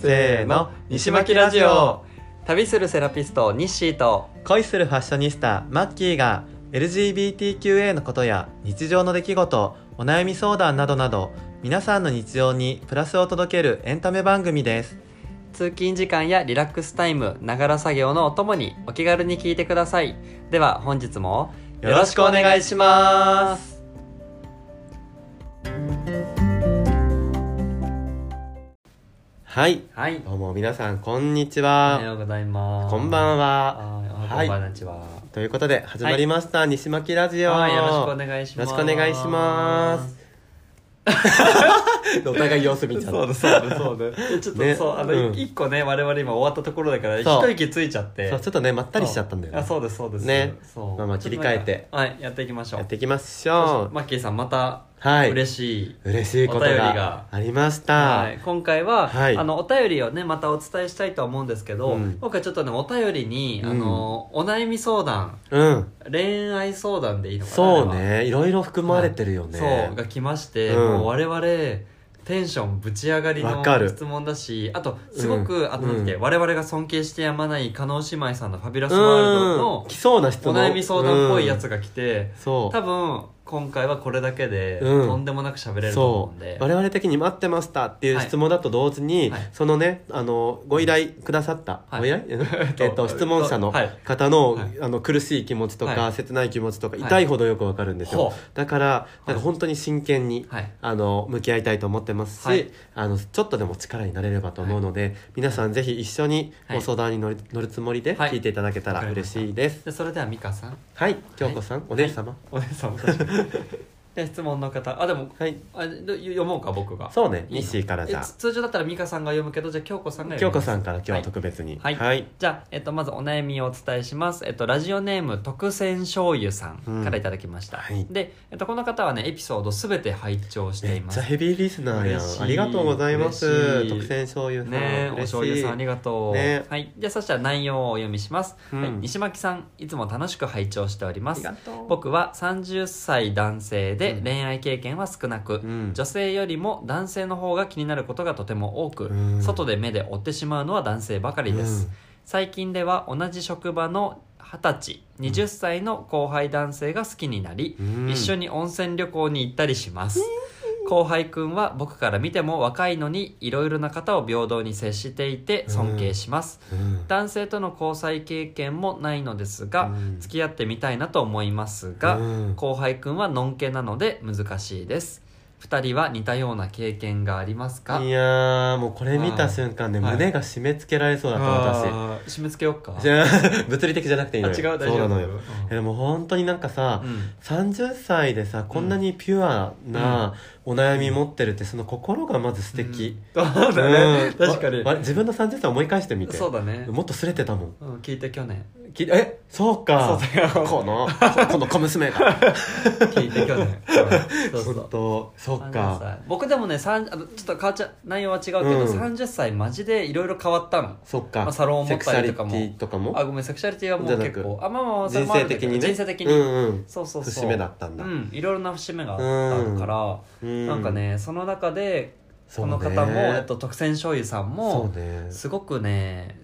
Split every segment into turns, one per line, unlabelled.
せーの西巻ラジオ
旅するセラピストニッシーと
恋するファッショニスタマッキーが LGBTQA のことや日常の出来事お悩み相談などなど皆さんの日常にプラスを届けるエンタメ番組です
通勤時間やリラックスタイムながら作業のお供にお気軽に聞いてくださいでは本日も
よろしくお願いしますはい
はい
どうも皆さんこんにち
おはよ
は
うございます
こんばんは
は
はい
いこんばんちは
ということで始まりました、西巻ラジオ
はいよろしくお願いします
よろしくお願いします お互い様子見ちゃ
そう
っ
だ
た
そうだそうだちょっと、
ね
そうあ
う
の、
ん
一個ね我々今終わったところだから
そう
一息ついちゃって
そうちょっとねまったりしちゃったんだよね
あそうですそうです
ね
そう
まあまあ切り替えて
はいやっていきましょう
やっていきまし
そ
ょ
し
う
マッキーさんまた
はい
嬉しい、
嬉しいこと
お便り
が
が
ありました、
はい、今回は、
はい
あのお便りをねまたお伝えしたいと思うんですけど、
うん
今回ちょっとねお便りに、
うん
あのお悩み相談
うん
恋愛相談でいいのかな
そう
あれは
ねいろいろ含まれてるよね、
そうが来まして、
うん
もう我々テンションぶち上がり
わ
の
かる
質問だしあとすごく、
うん
あとなんだっけ、
う
我々が尊敬してやまない加納姉妹さんの「ファビュラスワールド」
うん
の
来そうな質
お
問
悩み相談っぽいや
うん
つが来て、
そう
多分今回はこれだけで、
うん
とんでもなく喋れると思
そ
うん
う
で
我々的に待ってましたっていう質問だと同時に、
はいはい
そのねあのご依頼くださった、
はい
ご依頼
と
えっと質問者の
はい
方の,、
はい
あの苦しい気持ちとか、
はい
切ない気持ちとか
はい
痛いほどよくわかるんですよ、
ほう
だからなんか本当に真剣に、
はい
あの向き合いたいと思ってますし、
はい
あのちょっとでも力になれればと思うので、皆さんぜひ一緒に
はい
ご相談に乗り乗るつもりで
はい
聞いていただけたら嬉しいです
でそれでは美香さん
はい京子さん、お姉様
お姉さんも確かにで質問の方あでも
はい、
あど読もうか僕が
そうね
いいの
西からじゃ
え
あ
つ通常だったら美香さんが読むけどじゃあ京子さんが
京
読み
子
ます
さんから今日
は
はい特別に
はい
はい
じゃあ、えっと、まずお悩みをお伝えします。えっと、ラジオネーム、特選醤油さ
うん
んからいただきました。
はい
で、えっと、この方はね、エピソードすべて拝聴して
め
い
っ
ま
ち
す
ゃ。ヘビーリスナーや
嬉し
ん
い
ありがとうございます
嬉しい
特選醤油さん
ねえお
嬉しい
醤油さんありがとう、
ね
はい、じゃあそしたら内容をお読みします、
うん
はい、西巻さんいつも楽しく拝聴しておりま
あり
す
がとう
僕は30歳男性で
うん
恋愛経験は少なく、
うん
女性よりも男性の方が気になることがとても多く、
うん
外で目で追ってしまうのは男性ばかりです、
うん
最近では同じ職場の20歳20歳の後輩男性が好きになり、
うん
一緒に温泉旅行に行ったりします、後輩くんは僕から見ても若いのにいろいろな方を平等に接していて尊敬します、
うん
男性との交際経験もないのですが、
うん
付き合ってみたいなと思いますが、
うん
後輩くんはのんけなので難しいです2人は似たような経験がありますか
いやーもうこれ見た瞬間ね
はい
胸が締め付けられそうだった私
あー締め付けよっか
じゃあ 物理的じゃなくていいのよ
あ違う大丈夫
そうなのよ
うん
えでも本当になんかさ、
うん
30歳でさこんなにピュアなお悩み持ってるってその心がまず素敵、
うんそうだ
うん
ね確かに
わわ自分の30歳思い返してみて
そうだね、
もっとすれてたもん
うん、聞いて去年
きえそうか
そうだよ
このここの小娘が
聞いて去年そうそう
本当そう
30
か
歳僕でもねさんあのちょっと変わっちゃ内容は違うけど、
うん
30歳マジでいろいろ変わったの
そっか、
まあサロン持
セ
っ
クシャ
たり
リ
と
テ
かも
ィとかも
あごめんセクシャリティはもう結
じゃな
構あまあまあそれ
人
もあ
生
るんだ
的
けど
にね
人生的に、
うん
そうそ
うん
うそう
節目だったんだ、
うんいろいろな節目があったから、
うん
なんかねその中で
そう
こ
ね
の方も、えっと、特選醤油さん
そ
も
うね
すごくね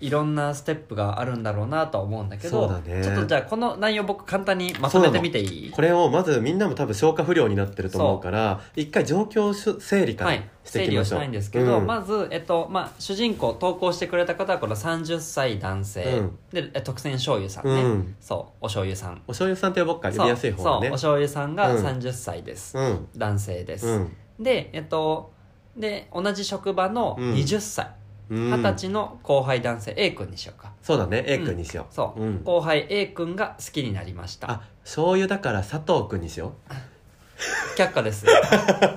いろんなステップがあるんだろうなとは思うんだけ
そう
ど
だね
ちょっとじゃあこの内容僕簡単にまとめてみていい
これをまずみんなも多分消化不良になってると思うから一回状況し整理か
は
ら
い、
していき
整理
ま
を
し
し
ょう、
たいんですけど、
うん
まず、えっとまあ、主人公投稿してくれた方はこの30歳男性、
うん
でえ特選醤油さんね、
うん
そうお醤油さん
お醤油さんって呼ぼっか呼びやすい方
そ
が
うそうお
ね
醤油さんが
うん
30歳です、
うん
男性です、
うん
でえっとで同じ職場の
うん
20歳
うん
二十、歳の後輩男性 A 君にしようか
そうだね A 君にしよう
そう、
ん
後輩 A 君が好きになりました
あ醤油だから佐藤君にしよう
却下です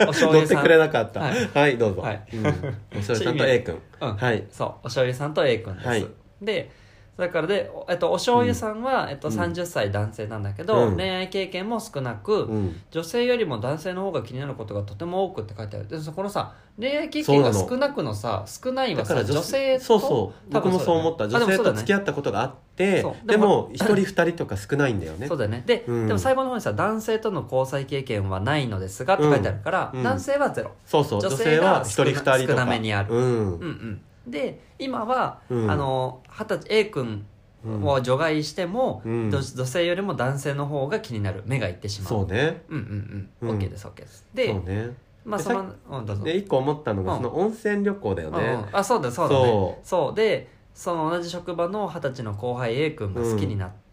お 醤
乗っ
油
て
さん
くれなかったは、
はいい
どうぞ、
はい
うんお醤油さんと A 君
うん
はい
そうお醤油さんと A 君です、
はい
でだからで、おえっと、お醤油さんは、えっと、
うん
30歳男性なんだけど、
うん
恋愛経験も少なく、
うん
女性よりも男性の方が気になることがとても多くって書いてあるでそこのさ恋愛経験が
そうなの
少なくのさ少ない
だ
は
か
さ
ら女
女
性
性
そ
と
うそう
多
僕
分
もそう
だよね
思った
あ
女性
で
と
もそうだ
付
ね
き合ったことがあって
そう
で
で
も
も
一人二人とか少ないんだよね
そうだよねで、
うん
でも最後の方にさ男性との交際経験はないのですがって書いてあるから、
うんうん
男性はゼロ、
そうそう女
女
性
性
は
が
一
少
人
な
二人とか
少なめにある
うん
うんうんで今は、
うん
あの二十歳 A 君
うん
を除外しても、
うん
女女性よりも男性の方が気になる目がいってしまう
そうね
うんうん
う
うんん OK です OK です
そ
で、
うね
まあ
で
そのうんどうぞ
で一個思ったのが
うん
その温泉旅行だよ
うん
ね
うんあそうだそうだね
そ
そうでその同じ職場の二十歳の後輩 A 君が好きになって、
うん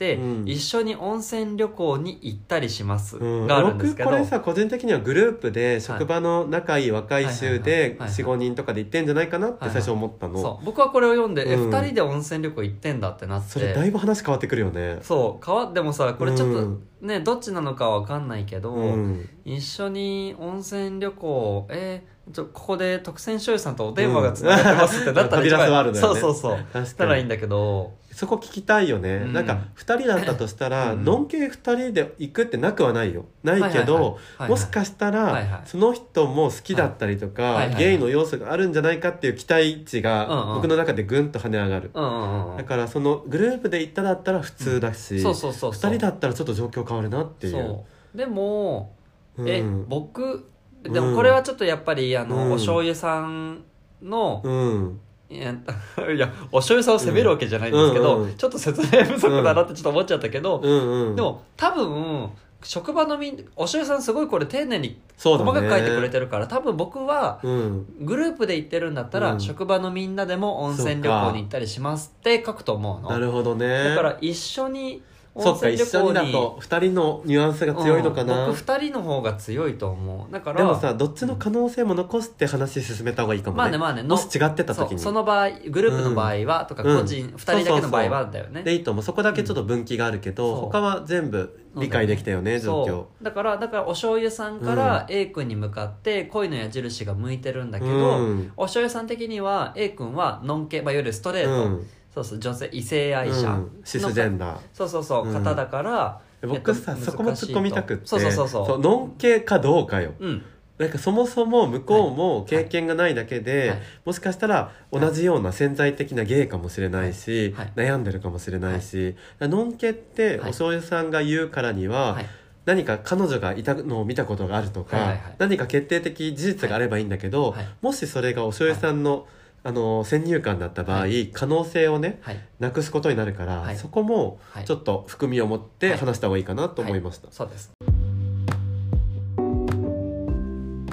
一緒に温泉旅行に行ったりします、
うん
があるんですけ
僕こ
ど
れさ個人的にはグループで職場の仲いい若い衆で
はいはいはいはいはい
45人とかで行ってんじゃないかなって最初思ったの
そう僕はこれを読んで、え
うん
2人で温泉旅行行ってんだってなって
それだいぶ話変わってくるよね
そう変わでもさこれちょっと、
うん
ねどっちなのかわかんないけど、
うん
一緒に温泉旅行えーちょここで特選醤油さんとお電話がつながってますってなったら
うん
一番
扉座るのよね
そうそうそう
確
したら
か
いいん
に
だけど
そこ聞きたいよね
うん
なんか2人だったとしたら
うん
のんけ2人で行くってなくはないよないけ
はいはい
ど
はいはい
もしかした
はいは
ら
い
その人も好きだったりと
はい
か
はいはい
ゲイの要素があるんじゃないかっていう期待値
うん
が
うん
僕の中でぐんと跳ね上がる
うんうんうん
だからそのグループで行っただったら普通だし
そう
2
そうそうそう
人だったらちょっと状況変わるなっていう
そうでも、
うん
え僕で
うん
もこれはちょっとやっぱりあの、
うん
お醤油さんの、
うん
いや いやお醤油さんを責めるわけじゃないんですけど、
うんうんうん
ちょっと説明不足だなってちょっと思っちゃったけど、
うんうん
でも多分職場のみんお醤油さんすごいこれ丁寧に
そうだ
細
ね
かく書いてくれてるから、多分僕は
うん
グループで行ってるんだったら、
うん
職場のみんなでも温泉旅行に行ったりしますって書くと思うの
なるほどね
だから一緒に
そ
温
っか
泉旅
一緒
行
にだ
に
と2人のニュアンスが強いのかな、
うん僕2人の方が強いと思うだから
でもさどっちの可能性も残して話進めた方がいいかもね,、
まあねまあね
も
の
し違ってた
そ
時に
うその場合グループの場合は、とか
うん
個人2人だけの場合はだよね
でいいと思うそこだけちょっと分岐があるけど、
うんそう
他は全部理解できたよね状況
そうだからだからお醤油さんから A 君に向かって恋の矢印が向いてるんだけど、
うん
お醤油さん的には A 君はノン系、まあ、いわゆるストレート、
うん
そうそう女性異性愛者、
うんシスジェンダー
そうそうそう
うん
方だから、
僕さ、
えっと
そこも突っ込みたくって
そうそうそうそう
のんけかどうかよ
うん
なんかそもそも向こうも経験がないだけで、
はい
もしかしたら同じような潜在的な芸かもしれないし、
はい
悩んでるかもしれないし、のんけってお
はい
醤油さんが言うからには、
はい
何か彼女がいたのを見たことがあるとか、
はいはいはい
何か決定的事実があればいいんだけど、
はい
もしそれがお醤油さんの、あの先入観だった場合、
は
可能性をね
はい
なくすことになるから、
はい
そこも
はい
ちょっと含みを持って
はい
話した方がいいかなと思いました、
そうです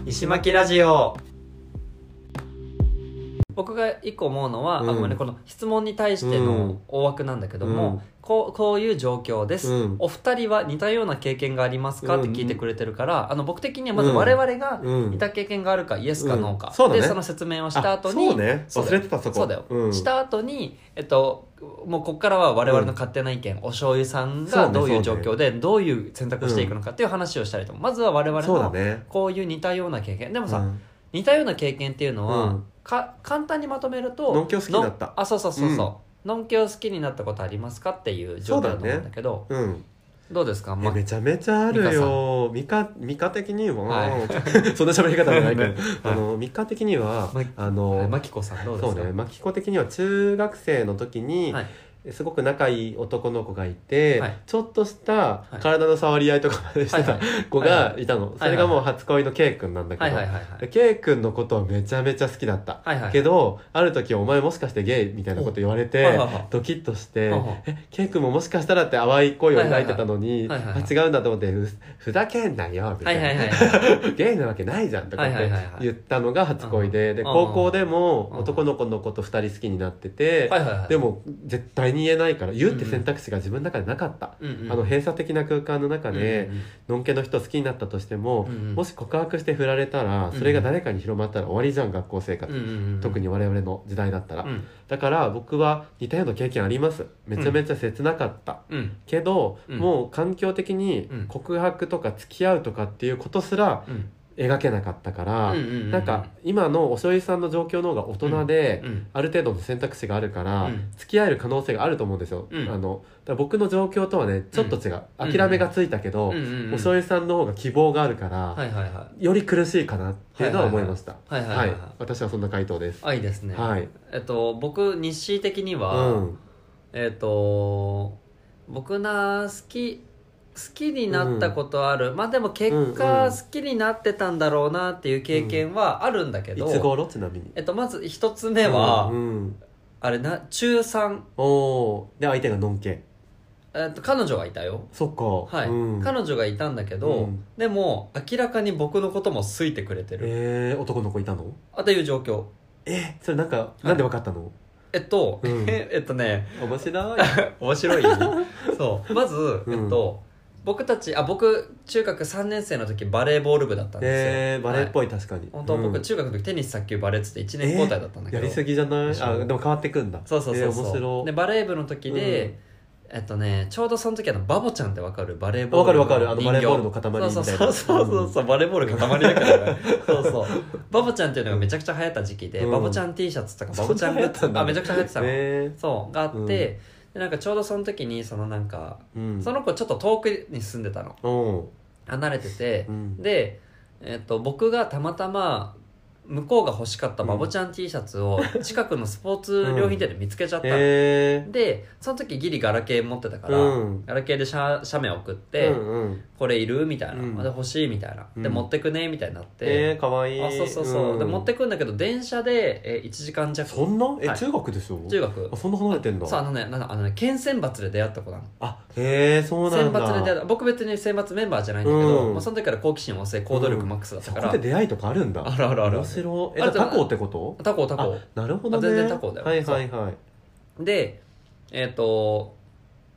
石巻ラジオ僕が一個思うのは、
うん
あごめんねこの質問に対して
うん
の大枠なんだけども、
うん
こうこういう状況です、
うん
お二人は似たような経験がありますか、
うん
って聞いてくれてるからあの僕的にはまず我々が
うん
似た経験があるか、イエスかノー
うん
か、
そうだね
でその説明をした後
あ
に
そうね
そ
忘
うだよ
れてたそこ
そうだよ、
うん
した後にえっともうここからは我々の勝手な意見、お醤油さん
そう
が
ね
どういう
そう
状
ね
況でどういう選択をしていくのかっていう話をしたりと、まずは我々
そうだ
の
ね
こういう似たような経験でもさ、
うん
似たような経験っていうのは、
うん
か簡単にまとめると
のんきを好きになった
のあそうそうそうそう、のんきを好きになったことありますかっていう状況なんだけど
うん
どうですか、
え
ま
めちゃめちゃあるよミカミカ的には、
は
そんな喋り方じゃ ないけど、
ね
あのミカ的には、
ま
あの、
はいマキコさんどうで
そ
す
う
か
ねマキコ的には中学生の時に、
はい
すごく仲いい男の子がいて、
はい
ちょっとした
い
体の触り合いとかまでし
はい
て
はい
た子
はい
が
はい
いたの、
い
それがもう初恋の K 君なんだけ
はい
ど、
はいはいはい
で K 君のことはめちゃめちゃ好きだった、
はいはい
けどある時「お前もしかしてゲイ?」みたいなこと言われて、
はいはいはい
ドキッとして
はいはい
「えケイ君ももしかしたら」って淡い恋を抱いてたのに「
はいはいはいはいはい
あ違うんだ」と思ってふ「ふざけんなよ」みた
はいい
な、
はいはいはい
ゲイなわけないじゃん」とかっ
はい
て
はいはいはい
言ったのが初恋で,、で
うん
高校でも
うん
男の子のこと2人好きになってて、
はいはい
でも絶対に言えないから言うって選択肢が自分の中でなかった。
うんうん
あの閉鎖的な空間の中で、
うんうんうん
のんけの人好きになったとしても、
うんうん
もし告白して振られたら
ん
それが誰かに広まったら終わりじゃん学校生活、
うんうんうん
特に我々の時代だったら、
うん
だから僕は似たような経験ありますめちゃめちゃ切なかった、
うん
けど、
うん
もう環境的に
うん
告白とか付き合うとかっていうことすら
うん
描けなかったから、
うんうんうんうん
なんか今のおしょいさんの状況の方が大人で、
うん
ある程度の選択肢があるから、
うん
付き合える可能性があると思うんですよ、
うん
あのだから僕の状況とはねちょっと違う、諦めがついたけど、
うんうんうん
おしょいさんの方が希望があるから、
はいはいはい
より苦しいかなっていうのは思いました
はいはいは
はい
はい
い私はそんな回答です
あいいですね、
はい
えっと僕日誌的に
う
は、
ん
えっ、と僕な好き好きになったことある、まあでも結
うんう
果
ん
好きになってたんだろうなっていう経験はあるんだけ
い
ど、
つ頃ちなみに
えっと、まず一つ目は、
うんうん
あれな中3、
おおで相手がのんけ
えっと、彼女がいたよ
そっか
はい、
うん
彼女がいたんだけど、
うん
でも明らかに僕のことも好いてくれてる、
えー、男の子いたの
あという状況
えそれなんか
い
なんでわかったの、
えっと、
うん
えっとね
面白い
面 白いそうまず、
うん
えっと僕たちあ僕中学3年生の時バレーボール部だったんですよ、
えー、バレーっぽ
はい
い、確かに
本当は僕、
うん
中学の時テニス卓球バレーっつって1年交代だったんだけど、
やりすぎじゃない
そう
あでも変わってくんだ
そうそうそう
え
そう、
ー、面
で
白
バレー部の時で、えっとねちょうどその時あのバボちゃんってわかるバレーボール
わかるわかるあのバレーボールの塊みたいな
そうそうそうそうそうバレーボール塊 だからねそうそうバボちゃんっていうのがめちゃくちゃ流行った時期で、
うん
バボちゃん T シャツとか
そん
バ
な
ボちゃんグッ
流行ったん
ズ
だ
あめちゃくちゃ流行ってたの、
え
そうがあって、
うん
でなんかちょうどその時にそのなんか
ーうん
その子ちょっと遠くに住んでたの
うん
離れてて
う、ん
で、えっと僕がたまたま向こうが欲しかったバボちゃん T シャツ を近くのスポーツ料品店で見つけちゃったの、
えー
でその時ギリガラケー持ってたから、
うん
ガラケーで写写メ送って、
うんうん、
これいるみたいな、
うん
あで欲しいみたいな、で
うん
持ってくねみたいになっ
え
て、
ー、かわいい
あそうそうそう、
ん
で持ってくんだけど電車で、え1時間弱
そんなえ、
はい
中学でしょ
中学
あそんな離れてんだ
そうあのねなんだあのね県選抜で出会った子なの
あへえそうな
選
んだ
抜で出会った僕別に選抜メンバーじゃないんだけど、
うん
まあ、その時から好奇心旺盛行動力マックスだった
そ
か
こ
ら、
で出会いとかあるんだ
あるあるある
面白いえ
あ
じゃ
る
あ他校ってこと
タコタコ
あなるほどね
あ全然他校だよ
はいはいはい
でえっ、と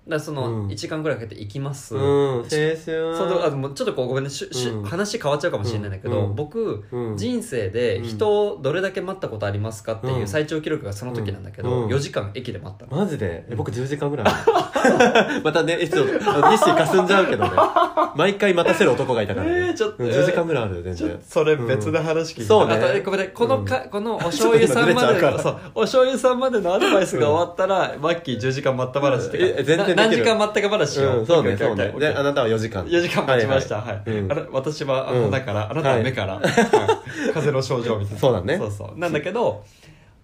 だからその
うん
1時間ぐらいかけて行きます、
うん青春
そのあもうちょっとこうごめんねしゅしゅ
うん
話変わっちゃうかもしれないんだけど、
うん
僕
うん
人生で人をどれだけ待ったことありますかっていううん最長記録がその時なんだけど、
うん
4時間駅で待ったの、
マジでえ僕10時間ぐらい またねえちょっとあの日誌かすんじゃうけ どね毎回待たせる男がいたから、ね
えーちょっと
うん10時間ぐらいあるよ全
ちょっ
然
とそれ別の話聞いて、
そうね
あとえごめんねこのか、このお醤油さんま
ちょっと今ずれ
で
ちゃうか
の
ら
そうお醤油さんまでのアドバイスが終わったら、マッキー10時間待った話っていうか
え全然できる
な何時間待ったか話しよう、
うん、そうね
OK
そうね
OK
であなたは4時間
4時間待ちました。
はい
はい。
はいうん
あれ私はあなたから、あなたは目から、はい 風邪の症状みたいな。
そうだね
そうそう。なんだけど、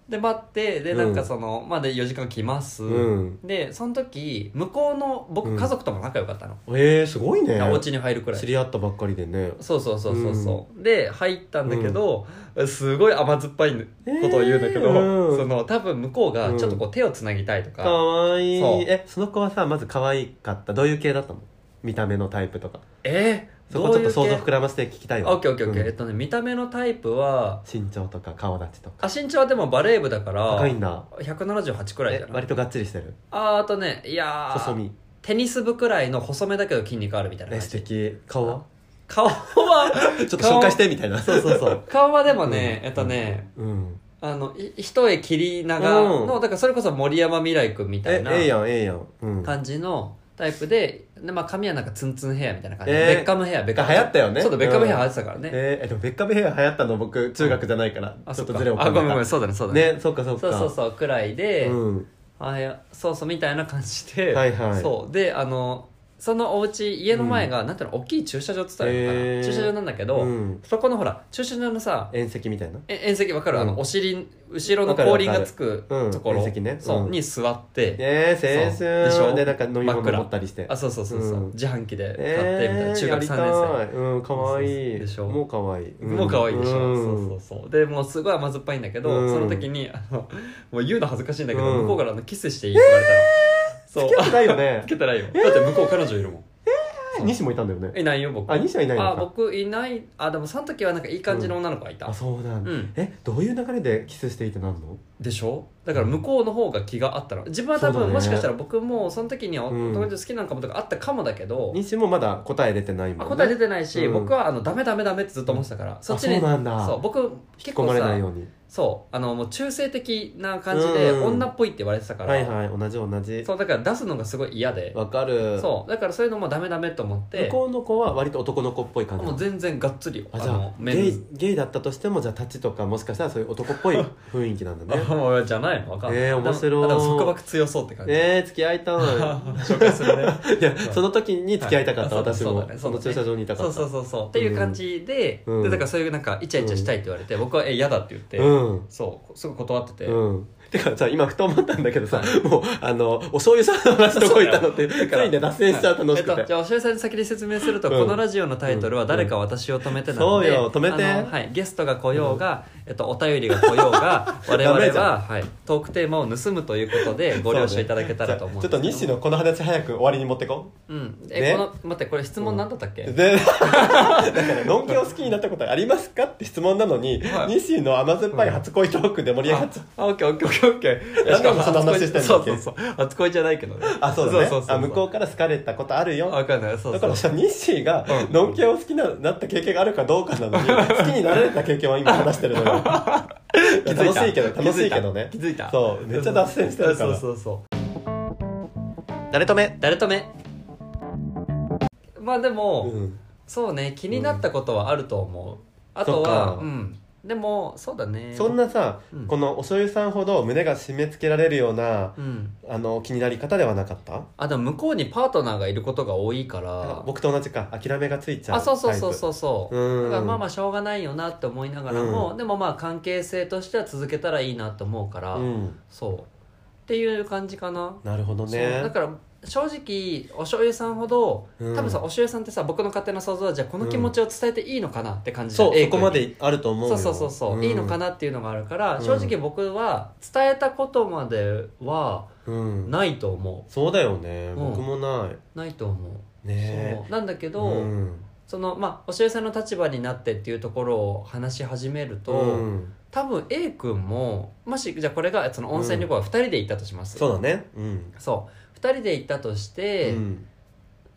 で、待って、で、なんかその、まあ、で、4時間来ます。
うん
で、その時、向こうの、僕、
うん
家族とも仲良かったの。
えー、すごいね
お家に入るくらい
知。り合ったばっかりでね
そうそうそうそうそう、で入ったんだけど、すごい甘酸っぱいことを言うんだけど、
えーうん
その多分向こうがちょっとこう手をつなぎたいとか、
かわいい
そう
えその子はさまず可愛かったどういう系だったの見た目のタイプとか
えー、
そこちょっと想像
どういう
膨
系
らませて聞きたい
あ
わ
オッケーオッケーオッケー、
う
えっとね見た目のタイプは
ん身長とか顔立ちとか
あ身長はでもバレー部だから
高いんだ
178くらいじ
え
ゃない
割とがっちりしてる
ああとねいやー
細身
テニス部くらいの細めだけど筋肉あるみたいな
え
感
素
じ
敵顔は
顔は
ちょっと
顔
紹介してみたいな
そうそうそう顔はでもね、えっとね
うん
あのい一重切り長の、
うん
だからそれこそ森山未来君みたい
え
な
ええやんええやんうん
感じのタイプでで、まあ、髪はなんかツンツンヘアみたいな感じ、
えー
ベッカムヘアベッカム
流行ったよね
そうだベッカムヘア
うん
流行ってたからね、
えーえでもベッカムヘア流行ったの僕中学じゃないから
あ
ち
そ
ょっ
っか
とずれを
あごめんごめん
ん
そうだねそうだね
ねそっかそっか
そうそうそうくらいで、
うん
あいやそうそうみたいな感じで、
はいはい
そうであのそのお家家の前が、なんていうの大きい駐車場って言ったらいいのかな、
へー
駐車場なんだけど、
うん
そこのほら駐車場のさ
遠赤みたいな
え縁石わかる、あ
う
の
ん
お尻後ろの
わかる
後
わかる
輪がつく
うん
ところ、
縁石ねうん
そうに座って、
ええ青
そうでしょ
春でなんか飲み物持ったりして
あそうそうそうそう、
うん
自販機で買ってみたいな、
えー
中学
や
3
り
年
たいうんかわいい
でしょ
もうかわいい
生もう可愛いでしょ、
ん
そうそうそうでもうすごい甘酸っぱいんだけど、
うん
その時にあのもう言うの恥ずかしいんだけど、
うん
向こうからあのキスしていいって言われたら、そう
付き合ってないよね
つけてないよだって向こう彼女いるもんそう
西もいたんだよね
いないよ僕
あ西はいないのか
あ僕いないあでもその時はなんかいい感じの女の子がいた、
あそうなんだ
うん
えどういう流れでキスしていいってなんの
でしょだから向こうの方が気があったら自分は多
そうだ
分
ね
もしかしたら僕もその時には
うん
友達好きなのかもとかあったかもだけど、
西もまだ答え出てない
あ
もんね
答え出てないし、
うん
僕はあのダメダメダメってずっと思ってたから、そっちに
あそうなんだ
そう僕
引
結
き込
構
まれ
さ
ないように
そうあのもう中性的な感じで
うん
女っぽいって言われてたから、
はいはい同じ同じ
そうだから出すのがすごい嫌で
わかる
そうだからそういうのもダメダメと思って
向こうの子は割と男の子っぽい感じ
もう全然がっつり
あ
あ
じゃあ
のメ
ゲ
ンズ
イゲイだったとしてもじゃあタッチとかもしかしたらそういう男っぽい雰囲気なんだね
じゃないのわかんない
えー面白い
だから束縛強そうって感じ、
えー、付き合い たい
紹介 するね
いやその時に付き合いたかった、
はい
私
そう
も
だね
そ
そうだ
の
ね
駐車場にいたか
そ
っ
う
た
そうそうそうっていう感じで,、
うん
でだからそういうなんかイチャイチャしたいって言われて、僕は「え嫌だ」って言って、
うん
そうすぐ断ってて、
うん、てかさ今ふと思ったんだけどさ、
はい
もうあのお醤油さんの話どこ行ったのってつ
だから
いね脱線しちゃう楽しくて、
はいえっとじゃあおしさんに先に説明すると、
うん
このラジオのタイトルは「誰か私を止めて」なので、
そうよ止めて
あのはい、ゲストが来ようが、えっと、お便りが来よ うが我々
ダメじゃん
は、はい、トークテーマを盗むということでご了承いただけたらと思うん
じ
です
ゃあちょっと
け
西
ど
のこの話早く終わりに持ってこ
うん、え
ね
この待ってこれ質問なんだったっけ、
うで だからのんきを好きになったことありますかって質問なのに、
はい
西の甘酸っぱい初恋トークで盛り上がっちゃう、
あ、オッケーオッケーオッケーオッケー。
何でもそんな話してんだっけ
そうそうそう。初恋じゃないけどね。
あそうだね
そうそうそう
あ向こうから好かれたことあるよ
わかんない。そう
だ
そ
か
う
ら。さニッシーが
うん
のんけを好きななった経験があるかどうかな のに好きになられた経験は今話してるのよ
気づた
楽しいけど楽しいけどね
気づいた。
そうめっちゃ脱線してるから
そうそうそう。
誰とめ
誰とめまあでも、
うん
そうね、気になったことはあると思う。あ
そ
と
っか
は、うん。でも、そうだね。
そんなさ、
うん
このお醤油さんほど胸が締め付けられるような
うん。
あの気になり方ではなかった
あ、でも向こうにパートナーがいることが多いから。
僕と同じか諦めがついちゃう
あ、そうそうそうそうそう。
うん
だからまあまあしょうがないよなって思いながらも、
うん
でもまあ関係性としては続けたらいいなと思うから、
うん、
そうっていう感じかな、
なるほど
そうだ
ね
から正直お醤油さんほど、
うん
多分さお醤油さんってさ僕の勝手な想像はじゃあこの気持ちを伝えていいのかなって感じ
そうそこま
いい
であると思う
そ
よ
うそうそうそう、いいのか、なっていうのがあるから、
うん
正直僕は伝えたことまでは
うん、
ないと思
そうだよね、
ん
僕もな
うないと思う、
いね
そうなんだけ
え
ど、
ん
そのまあお醤油さんの立場になってっていうところを話し始めると、
うん、
多分 A 君ももしじゃあこれがその温泉旅行は2人で行ったとします、
そうだねうん
そう2人で行ったとして、
うん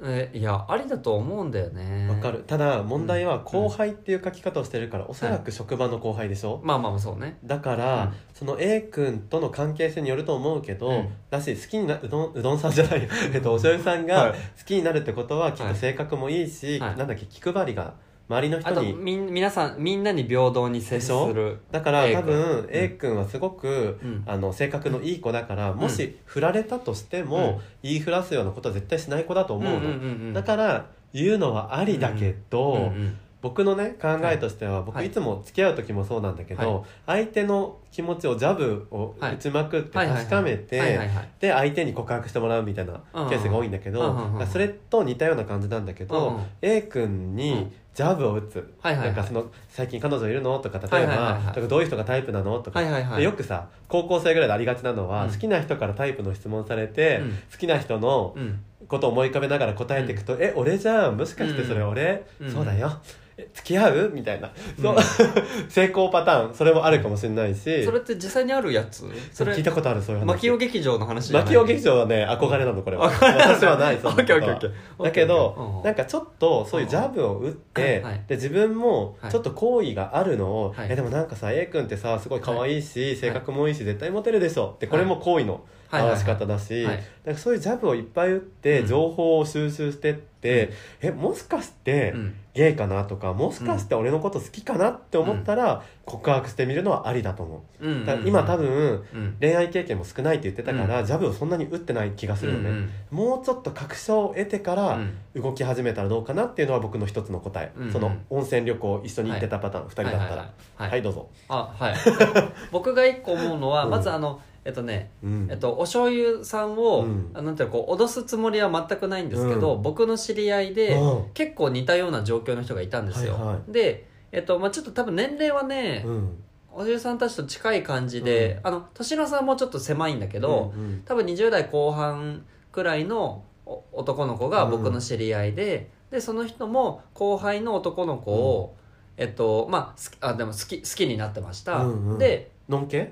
えいやありだと思うんだよね
わかるただ問題は後輩っていう書き方をしてるからおそらく職場の後輩でしょ
まあまあまあそうね
だから、
うん
その A 君との関係性によると思うけど、
うん
だし好きになうどんうどんさんじゃないよえっとおしょうゆさん
は
が
い
好きになるってことはきっと性格もいいし、
はい
なんだっけ気配りが周りの人
あと
に
みん皆さんみんなに平等に接する
だから
A
多分
君
A 君はすごく、
うん
あの性格のいい子だからもし振られたとしても、言いふらすようなことは絶対しない子だと思うの、
んうんうんうん
だから言うのはありだけど、
うんうん
僕のね考えとしては、僕
はい
いつも付き合う時もそうなんだけど、相手の気持ちをジャブを
はい
打ちまくって
はいはいはい
確かめ
はいはい
て
はい
で相手に告白してもらうみたいなケ
うんうん
ースが多いんだけど、
うんうんうん
だからそれと似たような感じなんだけど、
うんうん
A 君
う
に
ん
ジャブを打つ、
はいはい
な
はい
んかその最近彼女いるのとか例えば、
はいはいはいはい
とかどういう人がタイプなのとか、
はいはいはい
でよくさ高校生ぐらいでありがちなのは、
うん
好きな人からタイプの質問されて、
うん
好きな人の
うん
ことを思い浮かべながら答えていくと「え俺じゃんもしかしてそれ俺、
うん
そうだよえ付き合う?」みたいな、
うん
そう 成功パターンそれもあるかもしれないし
それって実際にあるやつそれ
聞いたことあるそういう話
牧尾劇場の話じゃない
牧尾劇場はね憧れなのこれは
あこれ
私はない
オ
そん
ッ
な
ケ
こ
ー
と
オッケーオ
は
ッケー
だけどなん
か
かちょっとそういうジャブを打って、
うんはい
で自分も
はい
ちょっと好意があるのを、
はい
えでもなんかさ A 君ってさすごい可愛いし、性格もいいし絶対モテるでしょってこれも好意の表し方だし、
はい
なんかそういうジャブをいっぱい打って
うん
情報を収集してって、えもしかして
うん
ゲイかなとかもしかして俺のこと好きかなって思ったら告白してみるのはありだと思
うんうんう
う、
ん
だから今多分
うん
恋愛経験も少ないって言ってたから、ジャブをそんなに打ってない気がするよね、
うん
もうちょっと確証を得てか
う
ら
ん
動き始めたらどうかなっていうのは僕の一つの答え、
うんうん
その温泉旅行一緒に行ってたパターン、二2人だったらはい、
はいはいはい
どうぞ、
あはい 僕が一個思うのはまずあのえっとね
うん
えっと、お醤油さんを、
うん
あなんていうのこう脅すつもりは全くないんですけど、僕の知り合いで、
うん
結構似たような状況の人がいたんですよ、
はいは
で、えっとまあ、ちょっと多分年齢はね、
うん
お醤油さんたちと近い感じで、あの年の差はもうちょっと狭いんだけど、
うんうん
多分20代後半くらいのお男の子が僕の知り合いで、でその人も後輩の男の子を、えっとまあ、好きあでも好き好きになってました、
うんうん
で
のんけ
い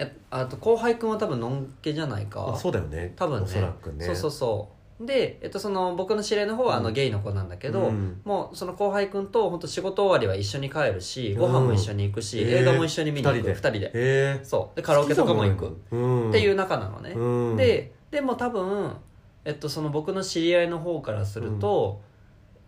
えあと後輩くんは多分のんけじゃないか
あそうだよね
多分ね
おそらくね
そうそうそうで、えっと、その僕の知り合いの方はあの
うん
ゲイの子なんだけ
け
ど、もうその後輩くんと本当仕事終わりは一緒に帰るしご飯も一緒に行くし、
うん
映画も一緒に見に行く、
へー
二人で
へえ
そうでカラオケとかも行く
く
っていう仲なのね、
うん
ででも多分、えっと、その僕の知り合いの方からすると、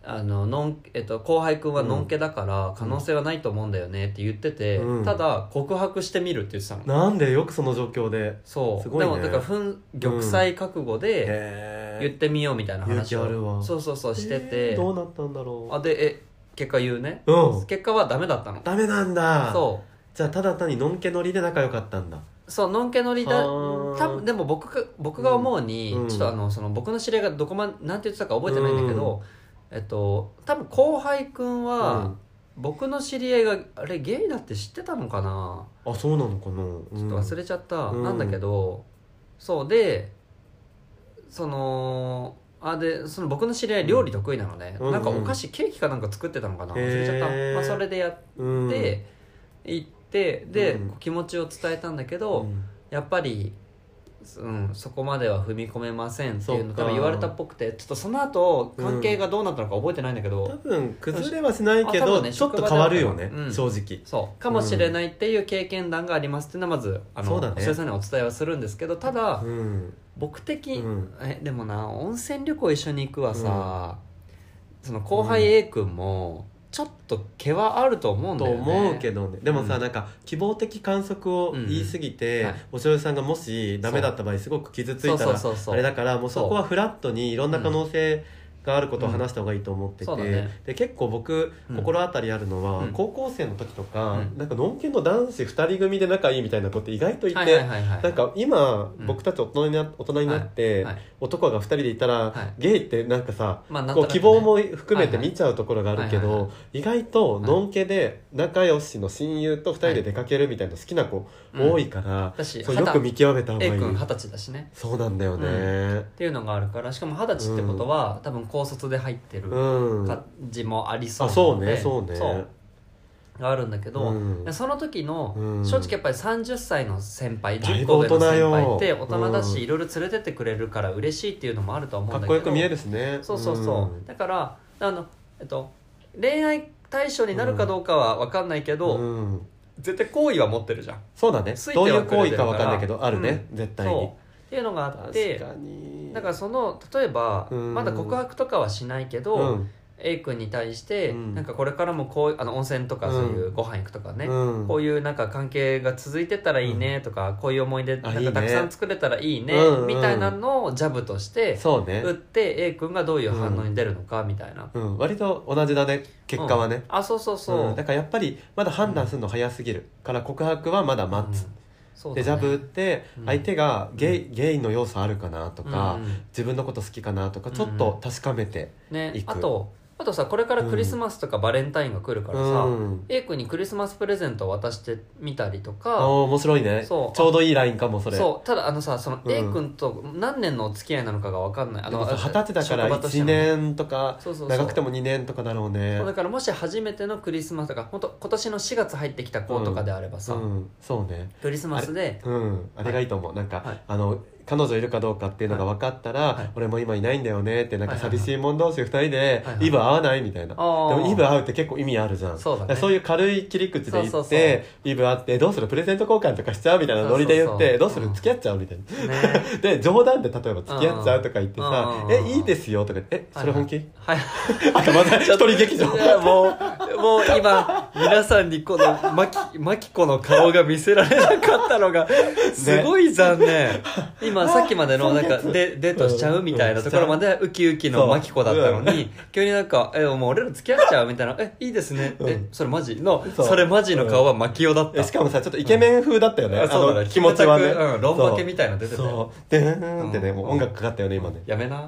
あののんえっと、後輩くんはのんけだから可能性はないと思うんだよねって言ってて、
うん
ただ告白してみるって言ってたの、
なんでよくその状況で
そう
すごいね
でもだからふん玉砕覚悟で
へ
言ってみようみたいな話を、
勇気あるわ
そうそうそうして
え
て、
ーどうなったんだろ
あでえ結果言うね
ううん
結果はダメだったの
ダメなんだ
そ
じゃあただ単にのんけのりで仲良かったんだ
うそうのんけのりだ
は
多
ー
分でも僕が僕が思うに、
うん
ちょっとあのその僕の知り合いがどこまでなんて言ってたか覚えてないんだけど、えっと多分後輩くんは、僕の知り合いがあれゲイだって知ってたのかな
うんあそうなのかな
ちょっと忘れちゃった、
うん
なんだけどそうでそのあでその僕の知り合い料理得意なのね、
うん
なんかお菓子ケーキかなんか作ってたのかな
へ
忘
ー
れちゃった、まあ、それでやっ
うん
て、行ってで、
うん
気持ちを伝えたんだけ
う
ど、
ん
やっぱり、うん、そこまでは踏み込めませんっていう
そっ
の
か
多分言われたっぽくてちょっとその後関係がどうなったのか覚えてないんだけど、
多分崩れはしないけ
あ多分
ど
ね
ちょっと変わるよね
職場だからうん
正直
そうかもしれないっていう経験談がありますっていうのはまずあの
そ
お
うだね
寿司屋さんにお伝えはするんですけどただ
うん
僕的、
うん
えでもな温泉旅行一緒に行くはさ、その後輩 A 君もちょっと毛はあると思うん
と
だよね
思うけどねでもさ、
うん
なんか希望的観測を言い過ぎて、
うんはい
お醤油さんがもしダメだった場合すごく傷つ
そ
いうた
そう
ら
そうそう
あれだからもうそこはフラットにいろんな可能性があることを
うん
話した方がいいと思ってて、
そうだね
で結構僕
うん
心当たりあるのは、
うん
高校生の時とか、
うん
なんかのんけの男子2人組で仲いいみたいな子って意外といて、
はいはいはいはい
なんか今、
うん
僕たち大人にな大人になって、
はい
男が2人でいたら、
はい
ゲイってなんかさ、
まあなん
こ
とな
う
く
希
ね
望も含め
はい
て
はい
見ちゃうところがあるけ
はいはいは
ど意外とのんけで仲良しの親友と2人で出かけるみたいな好きな子
うん
多いから、
私
そうよく見極めた方がい
A
い
君二十歳だしね
そうなんだよね
っていうのがあるからしかも二十歳ってことは、多分高卒で入ってる
うん、
感じもありそう
あ
な
そう
の
ね
で
そうね
があるんだけど、
うん
でその時の、
うん
正直やっぱり30歳の先輩
だい
10
ぶ
個
大人
上の先
よ
輩って大人だし、
うん
いろいろ連れてってくれるから嬉しいっていうのもあると思うん
か
だけ
っ
ど
こよく見えるしね
そうそうそう、だからあの、えっと、恋愛対象になるかどうかは分かんないけど、
うんうん
絶対好意は持ってるじゃん
そうだね
ついて
ど
は
う
く
い
れ
う
てるから
行為かわかんないけどあるね、絶対
そう
に
っていうのがあって
確かに
だからその例えば、
うん
まだ告白とかはしないけど、
うん
A 君に対して、
うん
なんかこれからもこうあの温泉とかそういう
うん
ご飯行くとかね、
うん
こういうなんか関係が続いてたらいいねとか、こういう思い出
あ
なん
いい
か
ね
たくさん作れたらいいね
うんうん
みたいなのをジャブとして
そうね
打って A 君がどういう反応に出るのかみたいな、
うん、割と同じだね結果はね、
うんあそうそうそう、
うんだからやっぱりまだ判断するの早すぎるから告白はまだ待つ、
うんそうだ
で
ね
ジャブ打って
うん
相手がゲイ,、ゲイの要素あるかなとか、
うんうん
自分のこと好きかなとかちょっと確かめて、
ね
行く
あとあとさこれからクリスマスとかバレンタインが来るからさ、
うん、
A 君にクリスマスプレゼントを渡してみたりと
あ
か
ー面白いねち
そう
ょうどいいラインかもそれ
そうただあのさその
うん
A 君と何年のお付き合いなのかが分かんない
で
あの
もさ二十歳だから
職場として
1
もね
年とか
そうそうそう
長くても2年とかだろうね
だからもし初めてのクリスマスとか本当今年の4月入ってきた子とかであればさ、
うん、そうね
クリスマスで
うん、あれがいいと思う、なんか、
はい
あの彼女いるかどうかっていうのが分かったら、
はい
俺も今いないんだよねってなんか
はいはいはい
寂しい者同士2人で、
はいはい
イブ合わないみたいな、
あー
でもイブ合うって結構意味あるじゃん
そうだね
からそういう軽い切り口で言って
そうそうそう
イブ会ってどうするプレゼント交換とかしちゃうみたいなノリで言って
そうそうそう
どうする付き合っちゃうみたいな、
ね
で冗談で例えば付き合っちゃうとか言ってさ「
うんうんうんうん
えいいですよ」とか言って「えそれ本気
はい、
あとまた一人劇場
いやもうもう今皆さんにこのマキマキコの顔が見せられなかったのがすごい残念、今さっきまでのなんかデデートしちゃうみたいなところまでウキウキのマキコだったのに急になんか「えもう俺ら付き合っちゃう」みたいな「えいいですね」
うん
えそれマジ?」の
そう
それマジの顔はマキオだった
えしかもさちょっとイケメン風だったよね、
あ
あ
そうだ
の
ね
気持ちはね、
キムタクうんロンバケみたいなの出てたよ
そうでうーんってね、
うん
もう音楽かかったよね今ね
やめな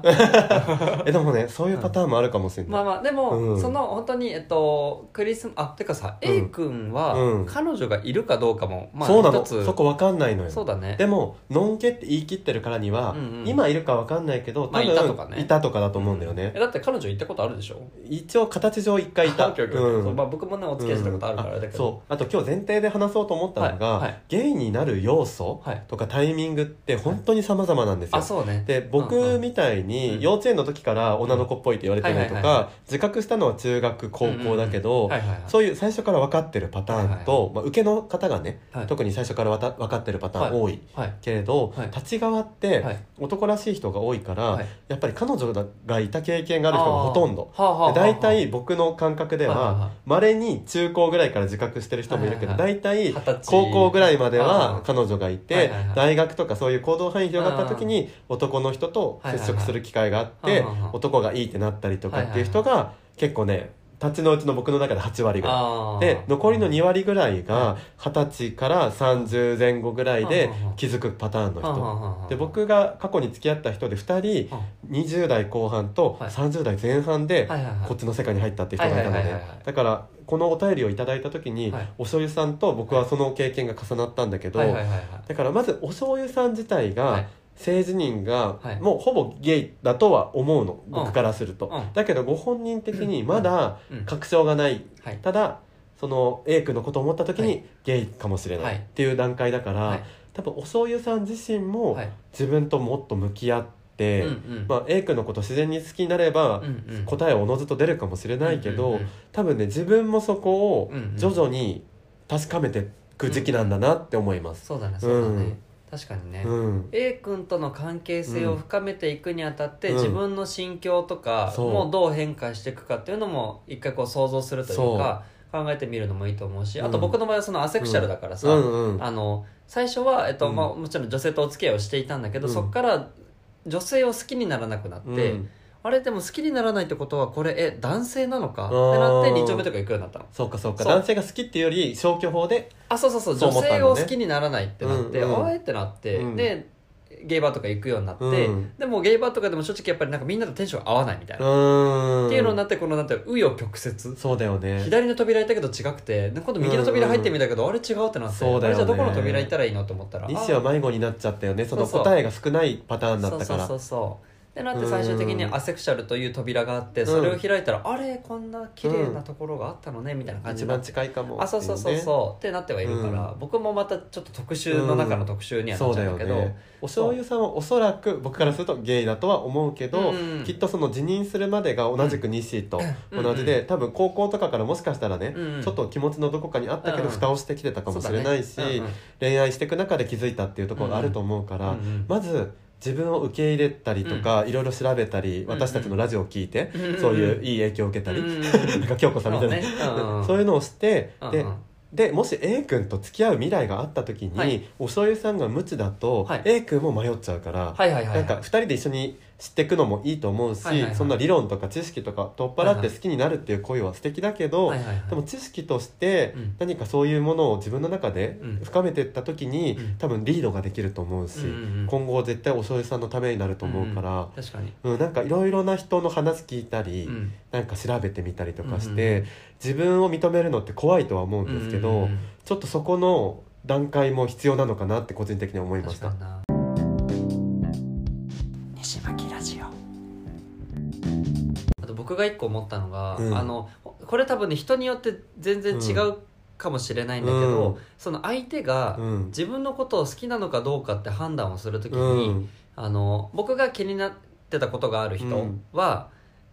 えでもねそういうパターンもあるかもしれない、
まあまあでも、
うん
その本当にえっとクリスマあてかかさ、
うん
A 君
う
は
ん
彼女がいるかどうかも、まあ、
そうな
一
の
つ
そこわかんないのよ
そうだね
でものんけって言い切ってるからには、
うんうん
今いるかわかんないけど多
まあ
分、
いたとかね
いたとかだと思うんだよね
え、だって彼女行ったことあるでしょ
一応形上一回いた
あオッケーオッケーオッケー
うん
そうまあ、僕もねお付き合いしたことあるからあれだけど、
そうあと今日前提で話そうと思ったのが、
はいはい
ゲイになる要素
はい
とかタイミングって本当に様々なんですよ、
あそうね
で
うんう
僕
ん
みたい
うん
に幼稚園の時から女の子っぽいって言われてるのと
はいはいはい
か自覚したのは中学高校だけど
はいはいはい
そういう最初から分かってるパターン
はい
と、まあ、受けの方がね、
はい
特に最初からわた分かってるパターン多い
はい
けれど、
はい
立ち側って
はい
男らしい人が多いから、
はい
やっぱり彼女がいた経験がある人がほとんど。
あーはあはあはあ
で大体僕の感覚で
はいはいは
はい稀に中高ぐらいから自覚してる人もいるけど
はいは
大体
二十歳
高校ぐらいまで
あ
は
ー
彼女がい
はい
て
はいはい
大学とかそういう行動範囲広がった時に男の人と接触する機会があっ
はい
て
はいはい
男がいいってなったりとかっていう人が結構ね立ちのうちの僕の中で8割ぐらい。
あー
で残りの2割ぐらいが二十歳から30前後ぐらいで気づくパターンの
はあは
人
あはあ
で僕が過去に付き合った人で2人
は
20代後半と
はい
30代前半で
あはいはいはい
こっちの世界に入ったっていう人がいたの
はいは
で
いはいはい
だからこのお便りをいただいた時に
はい
お醤油さんと僕はその経験が重なったんだけど
はいはいはいはい
だからまずお醤油さん自体
は
が
い
性自認が
はい
もうほぼゲイだとは思うの
うん
僕からすると
うん
だけどご本人的にまだ
うん
確証がない
はい
ただその A 君のことを思った時
は
にゲイかもしれな
はいい
っていう段階だから、
はい
多分お醤油さん自身も
はい
自分ともっと向き合って、
うんうん
まあ、A 君のこと自然に好きになれば
うんうん
答えはおのずと出るかもしれないけど、
うんうんうん
多分ね自分もそこを
うんうん
徐々に確かめていく時期なんだなって思います。
そうだねそうだね、
うん
確かにね、
うん
A 君との関係性を深めていくにあたって、
うん
自分の心境とか
そう
もうどう変化していくかっていうのも一回こう想像するというか考えてみるのもいいと思うしあと
うん
僕の場合はそのアセクシャルだからさ、
うんうん
あの最初は、えっと
うん
まあ、もちろん女性とお付き合いをしていたんだけど、
うん
そこから女性を好きにならなくなって、
うん
あれでも好きにならないってことはこれえ男性なのかっ
あ
て
ー
なって2丁目とか行くようになったの
そうかそうか
そう
男性が好きっていうより消去法で
あそうそうそう
そう
女
思ったんだ
性
ね
を好きにならないってなって、
うんうん
あえってなって、
うん
でゲイバーとか行くようになって、
うん
でもゲイバーとかでも正直やっぱりなんかみんなとテンション合わないみたいうな、
ーん
っていうのになってこのなんて紆余曲折
そうだよね
左の扉開いたけど違くてで今度右の扉入ってみたけど、あれ違うってなって
そうだよね
あれじゃあどこの扉行ったらいいのと思ったら
西は迷子になっちゃったよねその
そうそう
答えが少ないパターンだったか
そうそう
ら
そうそうでなって最終的に
うん
アセクシャルという扉があってそれを開いたら、あれこんな綺麗なところがあったのねみたいな感
一
じになっ
番
て
近いかも
あそうそうそう
う
そうってなってはいるから、
う
僕もまたちょっと特集の中の特集にはな
そ
っ
う
ち
だ
ゃう
よ
んだけど、
ねお醤油さんはおそらく僕からするとゲイだとは思うけど、
うん
きっとその辞任するまでが同じく西と同じで、多分高校とかからもしかしたらね、
うん
ちょっと気持ちのどこかにあったけ
う
ど
ん
蓋をしてきてたかもしれないし、
そうだねうんうん
恋愛していく中で気づいたっていうところがあると思うから、
うんうん
まず自分を受け入れたりとか、いろいろ調べたり
ん
私たちのラジオを聞いて、
うん
そういういい影響を受けたり、
うん
なんか京子さんみたいな
そうねうんうん
そういうのをして、
うん
で
うん
でもし A 君と付き合う未来があった時に、
はい
お醤油さんが無知だと、
はい
A 君も迷っちゃうから、
はいはいはいはい
なんか2人で一緒に知っていくのもいいと思うし、
はいはいはい
そんな理論とか知識とか取っ払って好きになるっていう恋は素敵だけど、
はいはいはい
でも知識として
うん
何かそういうものを自分の中で
うん
深めていった時に、
うん
多分リードができると思うし、
うんうんうん
今後絶対お醤油さんのためになると思うから。
ん確かに、
うん、なんかいろいろな人の話聞いたり、
うん
なんか調べてみたりとかし
うん
て、
うん
自分を認めるのって怖いとは思うんですけど、
うんうんうん
ちょっとそこの段階も必要なのかなって個人的に思いま
確
し
か
た
にな西巻ラジオあと僕が一個思ったのが、
うん
あのこれ多分ね人によって全然違うかもしれないんだけど、
うん
その相手が
うん
自分のことを好きなのかどうかって判断をするときに、
うん
あの僕が気になってたことがある人は、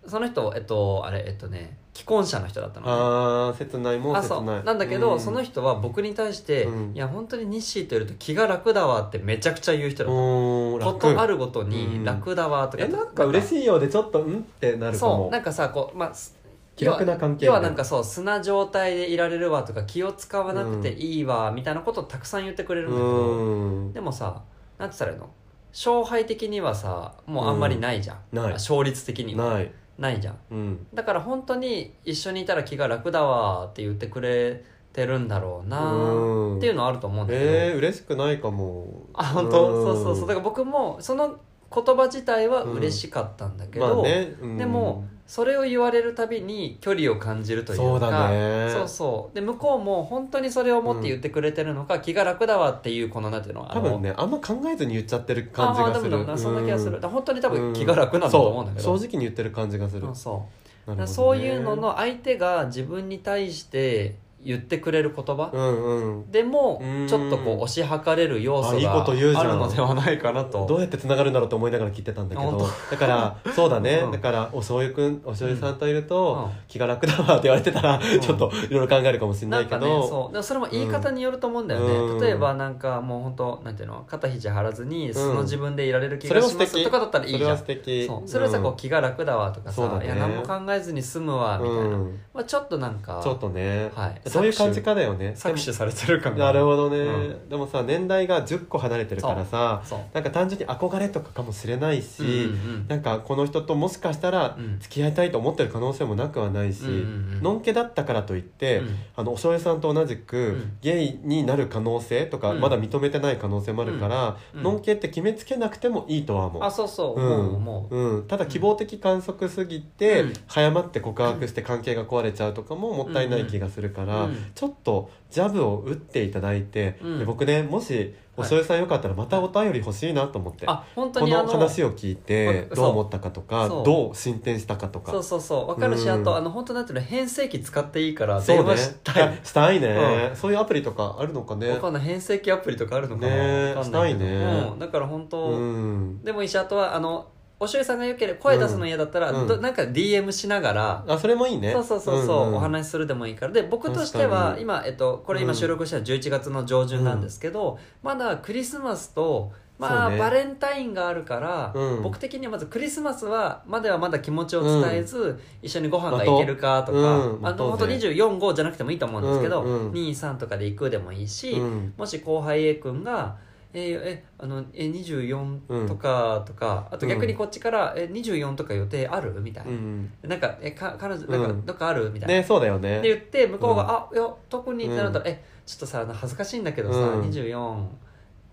その人えっとあれえっとね既婚者の人だったのね、
あー切ないもう
あ
切
そう
ない
なんだけど、
う
その人は僕に対して「
うん
いや本当に日誌といると気が楽だわ」ってめちゃくちゃ言う人だっ
おー
たこ
楽
とあるごとに
う
「
ん
楽だわ」とか
えなんか嬉
い
しいようでちょっとうんってなるか
そう
も
なんかさこうまあす
気楽な関係
要は要はなんかそう素な状態でいられるわとか気を使わなく
う
ていいわみたいなことをたくさん言ってくれ
う
るんだけど
ん
でもさなんて言ったらいいの勝敗的にはさもうあんまりないじゃん、
うんない
勝率的には
ない
ないじゃん
うん
だから本当に一緒にいたら気が楽だわって言ってくれてるんだろう
う
なんっていうのはあると思うんだけど、
えー、嬉しくないかも
あ本当
うん
そうそうそうだから僕もその言葉自体は嬉しかったんだけど、
うん
でもそれを言われるたびに距離を感じるというか
そうだね
そうそうで向こうも本当にそれを思って言ってくれてるのか、気が楽だわっていうこのなんていうのあ
多
の
分ねあんま考えずに言っちゃってる感じがす
あーでも
る
でもそんな気がする、だ
うん
から本当に多分気が楽なんだと思うんだけど、
そう正直に言ってる感じがする
うんそう
なるほどね
そういうのの相手が自分に対して言ってくれる言葉、
うんうん
でも
うん
ちょっとこう押し量れる要素
あいいこと言うじ
が
ゃん
あるのではないかなと
どうやってつながるんだろうと思いながら聞いてたんだけ
あ
ど
本
だからそうだね、
うん
だからお醤油くんお醤油さんといると、
うん
気が楽だわって言われてたら、
ん
ちょっといろいろ考えるかもしれな
ないん
け
か
ど、
ねそうでもそれも言い方によると思うんだよね、
うん
例えばなんかもう本当なんていうの肩肘張らずに素の自分でいられる気
それ
が
は
し
素
ま
敵
すとかだったらいいじ
それ
ゃ
は
ん
素
そ
敵
うそれはさこう気が楽だわとか
そうだ
さ、
ね
いや何も考えずに済むわみたいな、
うん
まあ、ちょっとなんか
ちょっとね、
はい
そういう感じかだよね
搾取されてる
で
感
も
が
なるほどね、
う
でもさ年代が10個離れてるからさ
そう
なんか単純に憧れとかかもしれないし、
うん
なんかこの人ともしかしたら
うん
付き合いたいと思ってる可能性もなくはないし、
うんうんうん
のんけだったからといって、
うん
あのお醤油さんと同じ
う
く
ん
ゲイになる可能性とか、
うん
まだ認めてない可能性もあるから、
うんうん
のんけって決めつけなくてもいいとは思う。
あそうそう、
うん
もうもう
うん、ただ希望的観測すぎて、
うん
早まって告白して関係が壊れちゃうとかももったいない気がするから、
うん
ちょっとジャブを打っていただいて、
うん
で僕ねもしお醤油さんよかったらまたお便り欲しいなと思って、
あ本当
こ
にあ
の
の
話を聞いて
そう
どう思ったかとか
そう
どう進展したかと
そう
か
そうそうわかるし、
うん
あとあの本当なんていうの変声機使っていいから
そう
電
ね
話したい、
あしたいね、そういうアプリとかあるのかね
他の変声機アプリとかあるのかな、
ね
わかんなけ
したい
ど
ね
うん、だから本当、
うん
でもいいしあとはあのおしゅうさんがよければ声出すの嫌だったら、
うん
どなんか DM しながら、
あそれもいいね
そうそうそうそう、
んん
お話しするでもいいからで僕として
確か
は
に
今、えっと、これ
う
今
ん
収録したのは11月の上旬なんですけど、まだクリスマスとま
そ
あ、
うね
バレンタインがあるから、
うん
僕的にはまずクリスマスはまではまだ気持ちを伝えず、一緒にご飯が
まと
行けるかとか、
うん
あ
まと
の本当
ね
245じゃなくてもいいと思うんですけど、
うんうん
23とかで行くでもいいし、
うん
もし後輩 A 君が「えーえあのえ24とか」とか、あと逆にこっちから「え24とか予定ある?」みたいな、
うん
なんか「えか彼女
う
なんんかどっかある?」みたいな、
ねそうだよね
って言って向こうが
う
「
ん
あいや特に」ってなったら「えちょっとさあの恥ずかしいんだけどさ、
うん
24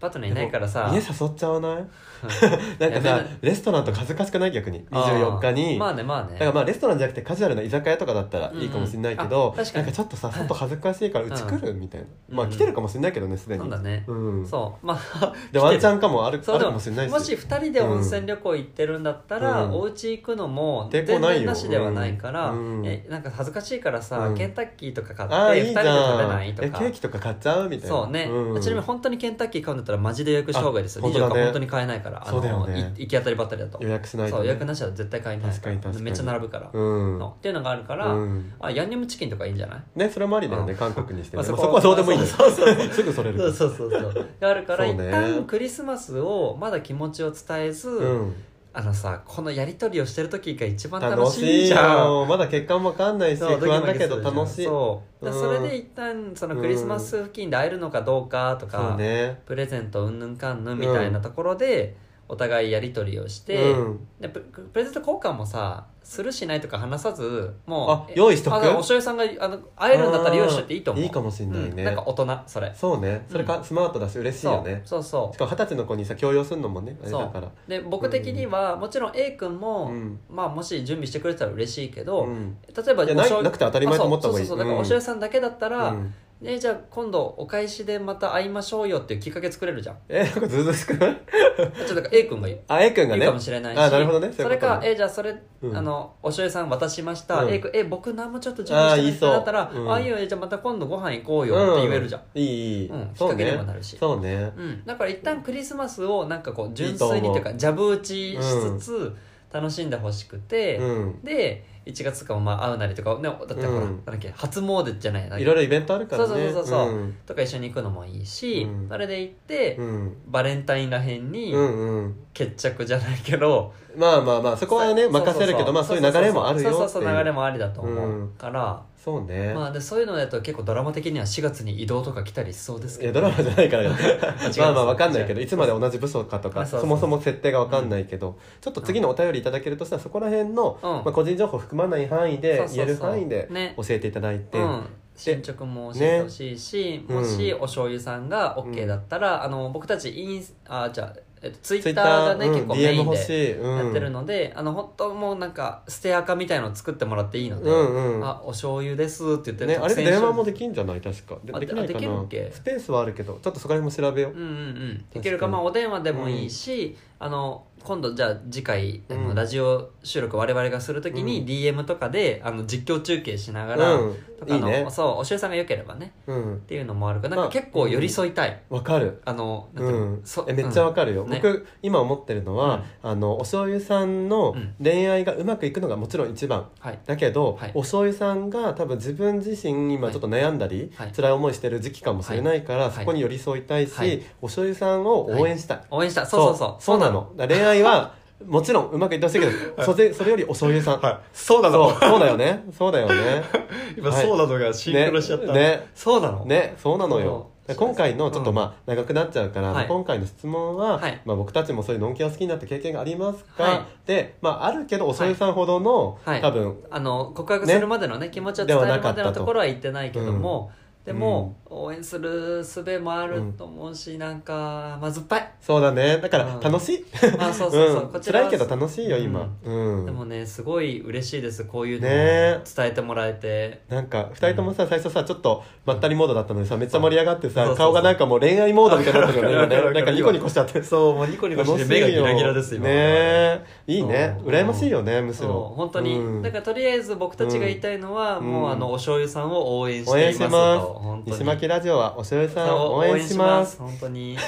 パートナーいないからさ」
家誘っちゃ わないなんか
や
さ
めな
レストランとか恥ずかしくない逆に
あ
24
ー
日に
まあねまあね
だからまあレストランじゃなくてカジュアルな居酒屋とかだったらいいかもしれないけ
うん
ど、
うんあ確か
な
に
んかちょっとさ外恥ずかしいからうち来るみたいな、
うん
まあ来てるかもしれないけどねすでに
そうだね
うん
そうまあ
でワンチャンかもある
そ
あ
う
る
で
か
も
もしれないし
もし2人で温泉旅行行ってるんだったら、
うん
お家行くのも
抵
全
抗ないよ
然なしではないから、
うん
えなんか恥ずかしいからさ、
うん
ケンタッキーとか買
ああ
っ
い
て
い
2
じ
人で食べ
ゃ
なんい
え
と
ケ
か
ーキとか買っちゃうみたいな
そうね、
うん
ちなみに本当にケンタッキー買うんだったらマジで予約した方がいいですよ
あ本当だ
24
ね
日本当に買えないからあ
そ
の
うだよね
い行き当たりばったりだと
予約しないと、
そう予約なしは絶対買えない
確かに確かに
めっちゃ並ぶから、
うん、
のっていうのがあるから、
うん
あヤンニョムチキンとかいいんじゃない
ねそれもありだよね、
うん
韓国にしてね、
まあ
まあ
そ
そ
こ
こはどうでもいいんだよ
そうそう
すぐそれるか
そ
ら
うそうそうそうがあるから、
そう
一
ね
旦クリスマスをまだ気持ちを伝えず、
うん、
あのさこのやり取りをしてる時が一番楽
楽
し
し
い
い
じゃん
よまだ結果も分かんないし
そう
不安だけど
ドキドキするじゃん
楽しい
そうだ
うん
それで一旦そのクリスマス付近で会えるのかどうかと
そう
か、
ね
プレゼントうんぬんかんぬんみたいなところでお互いやり取りをして、
うん、
でププレゼント交換もさするしないとか話さずも
あ
うえ
用意しとく
あだからおしょうゆさんがあの会えるんだったら用意しといていいと思う
いいかもしんない
うん
ね、
なんか大人それ
そうねそれかスマートだし嬉しいよね、
そうそう
しかも二十歳の子にさ強要するのもねあれだから
そうで僕的には、もちろん A 君も、
うん
まあ、もし準備してくれてたら嬉しいけど、
うん
例えば
いやな
お
い
醤油
なくて当たり前と思った方がいい
あそうそうそうだからお
うん
醤油さんだけだったら、
うん
ね、じゃあ今度お返しでまた会いましょうよっていうきっかけ作れるじゃん
えなんかずうずうしく ない
ちょっとだから A 君が言う
あ A 君が
いい
ね
かもしれないし
あなるほどね
そう
いう
れ
ことね
かえじゃあそれ、
うん
あのお醤油さん渡しました、
うん
A 君え僕何もちょっと準備してないってなったら
あ
あ
ー
あ
い
い
い
い
そううん
よじゃあまた今度ご飯行こうよって言えるじゃん、
うんいいいい
うん
そう
きっかけに
ね
もなるし
そうね
うん、だから一旦クリスマスをなんかこう純
いい
粋
と思
に
う
というかジャブ打ちしつつ楽しんでほしくて、
うん
で1月とかもまあ会うなりとか、ね、だってほら、
うん
なんだっけ初詣じゃないなんだっ
い
け
ろいろイベントあるからね
そうそうそうそう
うん
とか一緒に行くのもいいし、
うん
それで行って、
うん
バレンタインらへんに
うんうん
決着じゃないけど、
まあまあまあそこはね
うそうそう
任せるけどまあそういう流れもあるよって
そうそうそう流れ
も
もありだと思う、
うん
から、
そうね
まあ、でそういうのだと結構ドラマ的には4月に移動とか来たりしそうです
い
け
や
ど
ドラマじゃないからよ
ます
まあまあわかんないけど
違
い
う
つまで同じ部署かとか
あそ
そ
うそう
もそも設定がわかんないけどちょっと次のお便りいただけるとしたらそこら辺の
うん
まあ個人情報含まない範囲
そ
で
うそうそう
言える範囲で
ね
教えていただいて
うん、進捗も教えてほしいし、
ね
も
う
し
ん
お醤油さんが OK だったら、あの僕たちインスあじゃあえっと、ツイッターがね、結構メイン
DM 欲し
で
い、うん、
やってるので、あの本当もうなんか捨て垢みたいの作ってもらっていいので、
うんうん
あお醤油ですって言って
ね、あれ
特選
電話
醤
もできんじゃない確かで
あ
できないかな
できるっけ
スペースはあるけどちょっとそこら辺も調べよう、
うんうんうん、できる
確
か
かに
まあお電話でもいいし、あの今度じゃあ次回、あの
うん
ラジオ収録我々がするとき
う
に
ん
DM とかであの実況中継しながら、
うん
とかの
いいね
そうおしゅうさんが良ければね
うん
っていうのもあるから
ま
な
あ
んか結構寄り添いたい、
わかる
あのなん
う
か、
ん
そ、
えめっちゃわかるよ、
うんね
僕今思ってるのは、あのお醤油さんの
うん
恋愛がうまくいくのがもちろん一番
はい
だけど、
はい
お醤油さんが多分自分自身今ちょっと悩んだり、
はいはい
辛い思いしてる時期かもしれないから、
はい
そこに寄り添いたいし、
はい
お醤油さんを応援したい、
応援したそうそうそう
そうなのだから恋愛 はもちろんうまくいってほしいけど、それそれよりお醤油さん、
そうな
そうそうだよねそうだよね
今
はい
そうなのがシンクロしちゃった、
ねね
そうなの、
ね、そうなのよ
そう
今回のちょっと
うん
まあ長くなっちゃうから、
はい
今回の質問は、
はい
まあ、僕たちもそういうのんきを好きになった経験がありますか、
はい
で、まあ、あるけどおそよさんほどの、
はい
多分
あの告白するまでのね気持ちを伝え
では
る
なか
ま
っ
で
た
の
と
ところは言ってないけども、でも、応援する術もあると思うし、なんか甘酸っ ぱい
そうだねだか
うん
ら楽しい、
まあそうそうそう、
う
こ
ん、
ち
辛
らはい
けど楽しいよ今、うん
でもねすごい嬉しいですこういうの
ね
を伝えてもらえて、
なんか2人ともさ、最初さちょっとまったりモードだったのにさめっちゃ盛り上がって
そうそう
さ
そう
顔がなんかもう恋愛モードみたいになってるよ
わか
ね
るわかるわか
な
る
んかニコニコしちゃって
そうもうニコニコして目がギラギラです今
ねえいいね
うん
羨ましいよねむし
そう
ろ
本当に、
うん
だからとりあえず僕たちが言いたいのは、
うん
もうあのお醤油さんを応援してい
応援
ます
し
と
ます
本当に
西巻ラジオはおしょうさん
そう
を応援します
本当にいや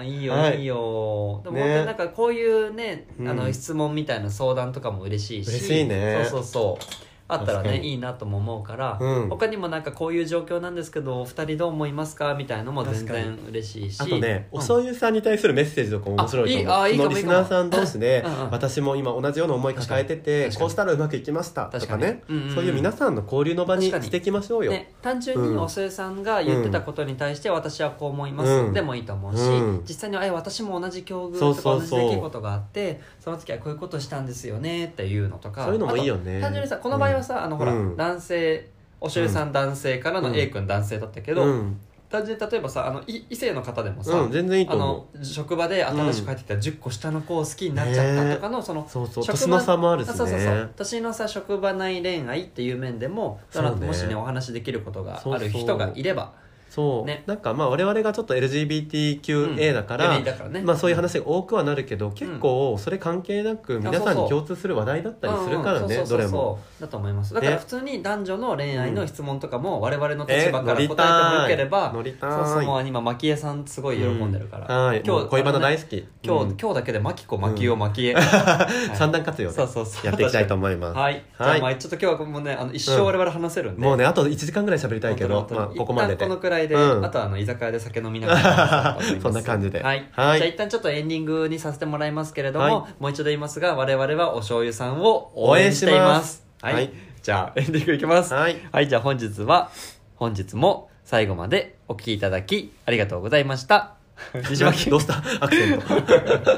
ーいいよ、
はい
い、いよでも、
ね
本当になんかこういうね、
うん
あの質問みたいな相談とかも嬉しいし
嬉しいね
そうそうそうあったら
確
ね
かに
いいなとも思うから、
うん
他にもなんかこういう状況なんですけどお二人どう思いますかみたいのも全然嬉しいし
あとね、
う
お
ん
醤油さんに対するメッセージとかも面白いと思う
あいいあいいかも
そのリスナーさん同士で
いいかもうんうん
私も今同じような思い抱えてて
確かに確かに
こうしたらうまくいきましたとかね
確かにうんうんうん
そういう皆さんの交流の場に
確かに
していきましょうよ、
ね、単純に
うん
お寿司さんが言ってたことに対して私はこう思います、
うん
でもいいと思うし、
うん
実際にはえ私も同じ境遇
そう
とか
そ
同
う
じ
そう
出来事があってその時はこういうことしたんですよねっていうのとか
そういうのもいいよね
あと単純にさこの場合はさ、あのほら、
うん
男性おしゅうさん男性から
う
の
ん
A 君男性だったけど、
うん、
単純に例えばさあのい異性の方でもさ、
うん、全然いい
あ
と思
の職場で新しく入ってきた10個下の子を好きになっちゃったとかの、その
うそうそう
職場
年の差もあるし
あ
ね
そうそうそう年の差職場内恋愛っていう面でも
そうね
そのもしねお話しできることがある人がいれば
そう
ね
なんかまあ我々がちょっと
う
LGBTQA
ん
だから、
よりだからね
まあそういう話が多くはなるけど、結構それ関係なく皆さんに共通する話題だったりするからね、
うんうん
どれも。
そうそうそうだと思いますだから
ね
普通に男女の恋愛の質問とかも我々の
え
立場から答えてもよければ
乗りたい
そ
乗
う
り
そ
たい。
うもう今蒔絵さんすごい喜んでるから、
はい、
今日
今日恋バナ大好き。
今日、
うん
今日だけで蒔子蒔代蒔絵
三段活用で
そうそうそう
やっていきたいと思います。
はい、じゃ
は
あ
い
まあちょっと今日はもうねあの一生我々話せるんで、
もうねあと1時間ぐらい喋りたいけど、
本当に
まあ
本当に
ここまで
一旦
で
この。くらいで、
うん
あとはあの居酒屋で酒飲みながら話そうと思いま す
そんな感じで
はい、
はい
じゃあ一旦ちょっとエンディングにさせてもらいますけれども、
は
もう一度言いますが我々はお醤油さんを応援しています
応援します
はい、
はい
じゃあエンディングいきます
はい、
はい、じゃあ本日は本日も最後までお聞きいただきありがとうございました 西巻
どうしたアクセント。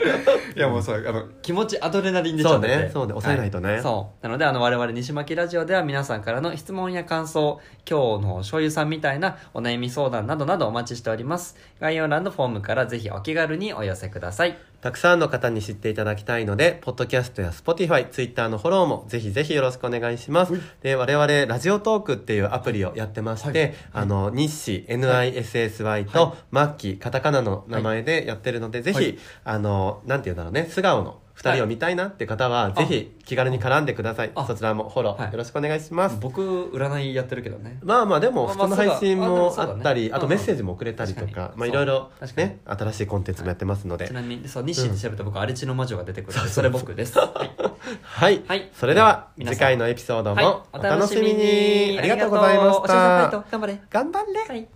いやもうそうあの気持ちアドレナリン出ちゃってて
そうねそうね抑えないとね
はそうなのであの我々西巻ラジオでは皆さんからの質問や感想今日の醤油さんみたいなお悩み相談などなどお待ちしております概要欄のフォームからぜひお気軽にお寄せください
たくさんの方に知っていただきたいので、ポッドキャストや Spotify、Twitter のフォローもぜひぜひよろしくお願いします。で、我々、ラジオトークっていうアプリをやってまして、あの、日誌、NISSY
は
と、マッキー、カタカナの名前でやってるので、ぜひ、
はい
あの、なんて言うんだろうね、素顔の二人を見たいなって方は、
はい
ぜひ気軽に絡んでください
あ。
そちらもフォロ
はい
ーよろしくお願いします。
僕占いやってるけどね
まあまあでも
まあ
普通の
まあそうだ
配信もあったり、
あでもそうだね
あとメッセージも送れたりと
うんうん
か、
確かに
まあいろいろ
そう確かに
ね、新しいコンテンツもやってますので
ち、なみにそう日誌で調べたら僕荒地の魔女が出てくるのでそれ僕です、はい
はい、
はい
それでは
皆さん
次回のエピソード
はい
もお楽しみに、ありがとうございま
お
した
頑張れ
頑張れ
はい